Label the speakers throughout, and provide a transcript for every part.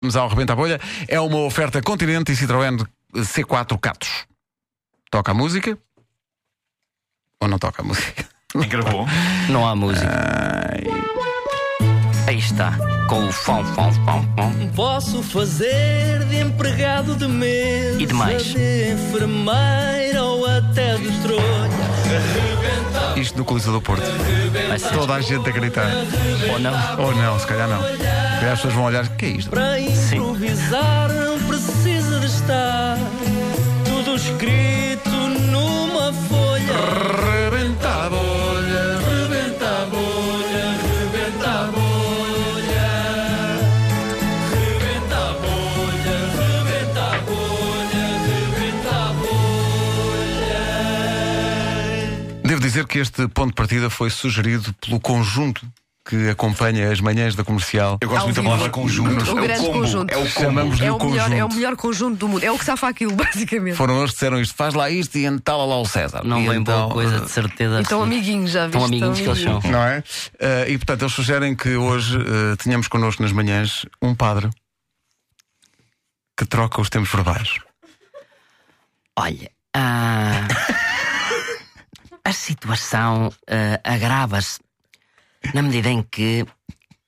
Speaker 1: Vamos ao Rebenta a Bolha. É uma oferta Continente e Citroën C4 Catos. Toca a música? Ou não toca a música?
Speaker 2: Gravou?
Speaker 3: Não há música. Aí está, com o fom, fom, fom, fom.
Speaker 4: Posso fazer de empregado de mesa
Speaker 3: E de mais?
Speaker 4: de enfermeira ou até de tronha
Speaker 1: Isto no Coliseu do Porto.
Speaker 3: Vai ser
Speaker 1: Toda a gente a gritar.
Speaker 3: ou não?
Speaker 1: Ou não, se calhar não. Se calhar as pessoas vão olhar. que é isto?
Speaker 4: Para improvisar não precisa de estar Tudo escrito numa folha
Speaker 1: Rebenta a bolha, rebenta a bolha, rebenta a bolha.
Speaker 4: Rebenta a bolha, rebenta a bolha, rebenta a bolha
Speaker 1: Devo dizer que este ponto de partida foi sugerido pelo conjunto que acompanha as manhãs da comercial.
Speaker 2: Eu gosto muito da palavra conjunto.
Speaker 5: Um grande conjunto.
Speaker 2: É o combo.
Speaker 1: Chamamos-lhe
Speaker 5: É
Speaker 1: o
Speaker 5: o, melhor,
Speaker 1: conjunto.
Speaker 5: é o melhor conjunto do mundo. É o que safa aquilo, basicamente.
Speaker 1: Foram eles que disseram isto, faz lá isto e entala lá o César.
Speaker 3: Não
Speaker 1: e
Speaker 3: vem
Speaker 1: então,
Speaker 3: boa coisa, de certeza.
Speaker 5: Então,
Speaker 3: absoluta.
Speaker 5: amiguinhos, já viste?
Speaker 3: Tão amiguinhos que eles são.
Speaker 1: Não é? Eh, e portanto, eles sugerem que hoje eh, tenhamos connosco nas manhãs um padre que troca os tempos verbais.
Speaker 3: Olha, ah. a, a situação ah, agrava-se na medida em que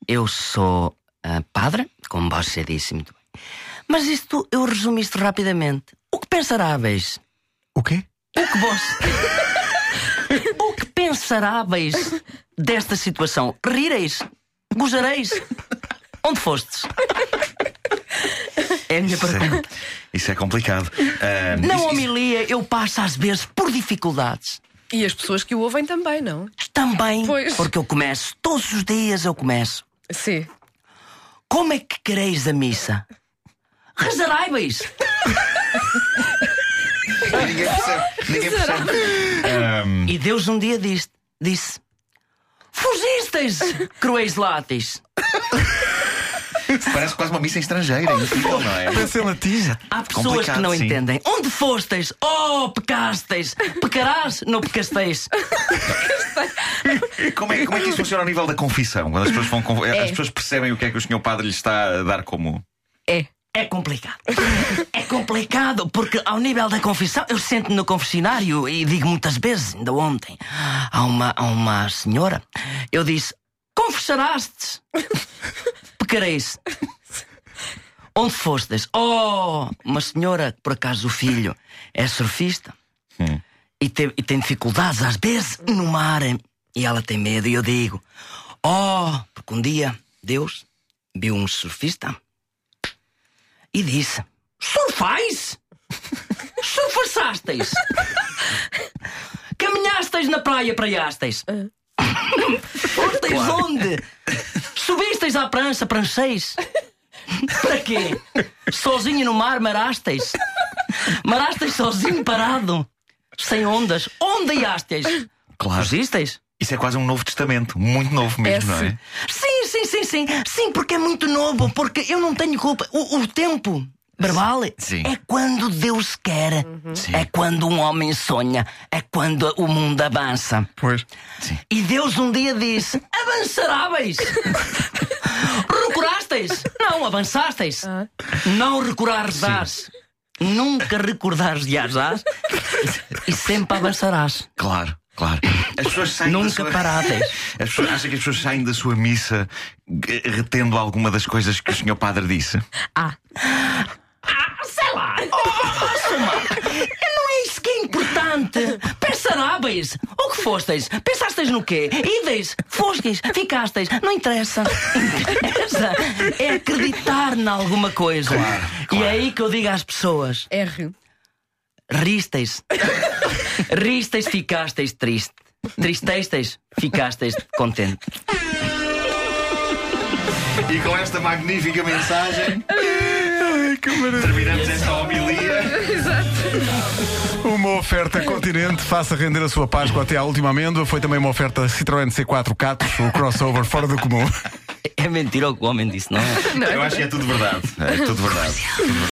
Speaker 3: eu sou ah, padre, como você disse muito bem. Mas isto, eu resumo isto rapidamente. O que pensaráveis?
Speaker 1: O quê?
Speaker 3: O que você. o que pensaráveis desta situação? Rireis? Gozareis? Onde fostes? É a minha pergunta.
Speaker 2: Isso é complicado. Ah,
Speaker 3: Não
Speaker 2: isso-
Speaker 3: homilia, eu passo às vezes por dificuldades.
Speaker 5: E as pessoas que o ouvem também, não?
Speaker 3: Também,
Speaker 5: Pois.
Speaker 3: porque eu começo, todos os dias eu começo.
Speaker 5: Sim.
Speaker 3: Como é que quereis a missa? Rezaráveis!
Speaker 2: isso- Ninguém percebe. Ninguém percebe.
Speaker 3: E Deus um dia disse: disse Fugisteis, cruéis látis!
Speaker 2: Parece quase uma missa estrangeira. É incrível, não é?
Speaker 1: Parece em latim.
Speaker 3: Há pessoas que
Speaker 2: Complicado,
Speaker 3: não
Speaker 2: sim.
Speaker 3: entendem. Onde fostes? Oh, pecasteis! Pecarás? Não pecasteis.
Speaker 2: Como é, como é que isso funciona ao nível da confissão? Quando as pessoas, vão, conf- as pessoas percebem o que é que o senhor padre lhe está a dar como.
Speaker 3: É complicado. É complicado porque, ao nível da confissão, eu sento-me no confessionário e digo muitas vezes, ainda ontem, a uma, a uma senhora, eu disse: Confessarás-te, pecareis. é Onde fostes? Oh, uma senhora, que por acaso o filho é surfista e, te- e tem dificuldades às vezes no mar e ela tem medo. E eu digo: Oh, porque um dia Deus viu um surfista e disse: Surfais? Surfaçasteis? Caminhasteis na praia, praiasteis? Fosteis onde? Subisteis à prancha, prancheis? Para quê? Sozinho no mar, marasteis? Marasteis sozinho, parado? Sem ondas? Ondeiasteis?
Speaker 2: Claro.
Speaker 3: Fugisteis?
Speaker 2: Isso é quase um novo testamento. Muito novo mesmo,
Speaker 5: É,
Speaker 2: não é?
Speaker 5: sim.
Speaker 3: Sim, sim, sim, sim. Sim, porque é muito novo, porque eu não tenho culpa. O, o tempo verbal
Speaker 2: Sim.
Speaker 3: é quando Deus quer.
Speaker 2: Sim.
Speaker 3: É quando um homem sonha. É quando o mundo avança.
Speaker 1: Pois.
Speaker 3: E Deus um dia disse: Avançaráveis! Recurásteis! Não, avançasteis!
Speaker 2: Ah.
Speaker 3: Não recurar-vos. Nunca recordares de asás e sempre avançarás.
Speaker 2: Claro, claro. As pessoas saem
Speaker 3: Nunca
Speaker 2: da sua...
Speaker 3: paradas.
Speaker 2: As pessoas... Acha que as pessoas saem da sua missa eh, retendo alguma das coisas que o senhor padre disse?
Speaker 3: Sei lá! Oh, Suma! Não é isso que é importante! Pensaráveis! O que fosteis? Pensasteis no quê? Ideis? Fostes? Ficasteis? Não interessa! Interessa é acreditar em alguma coisa.
Speaker 2: Claro, claro.
Speaker 3: E é aí que eu digo às pessoas:
Speaker 5: R.
Speaker 3: risteis. Risteis, ficasteis triste. Tristeisteis, ficasteis contente.
Speaker 2: E com esta magnífica mensagem. Terminamos esta homilia.
Speaker 1: Uma oferta Continente, faça render a sua Páscoa até à última amêndoa. Foi também uma oferta Citroën C4 Catos, o crossover fora do comum.
Speaker 3: É mentira o que o homem disse, não é?
Speaker 2: Eu acho que é tudo verdade. É tudo verdade.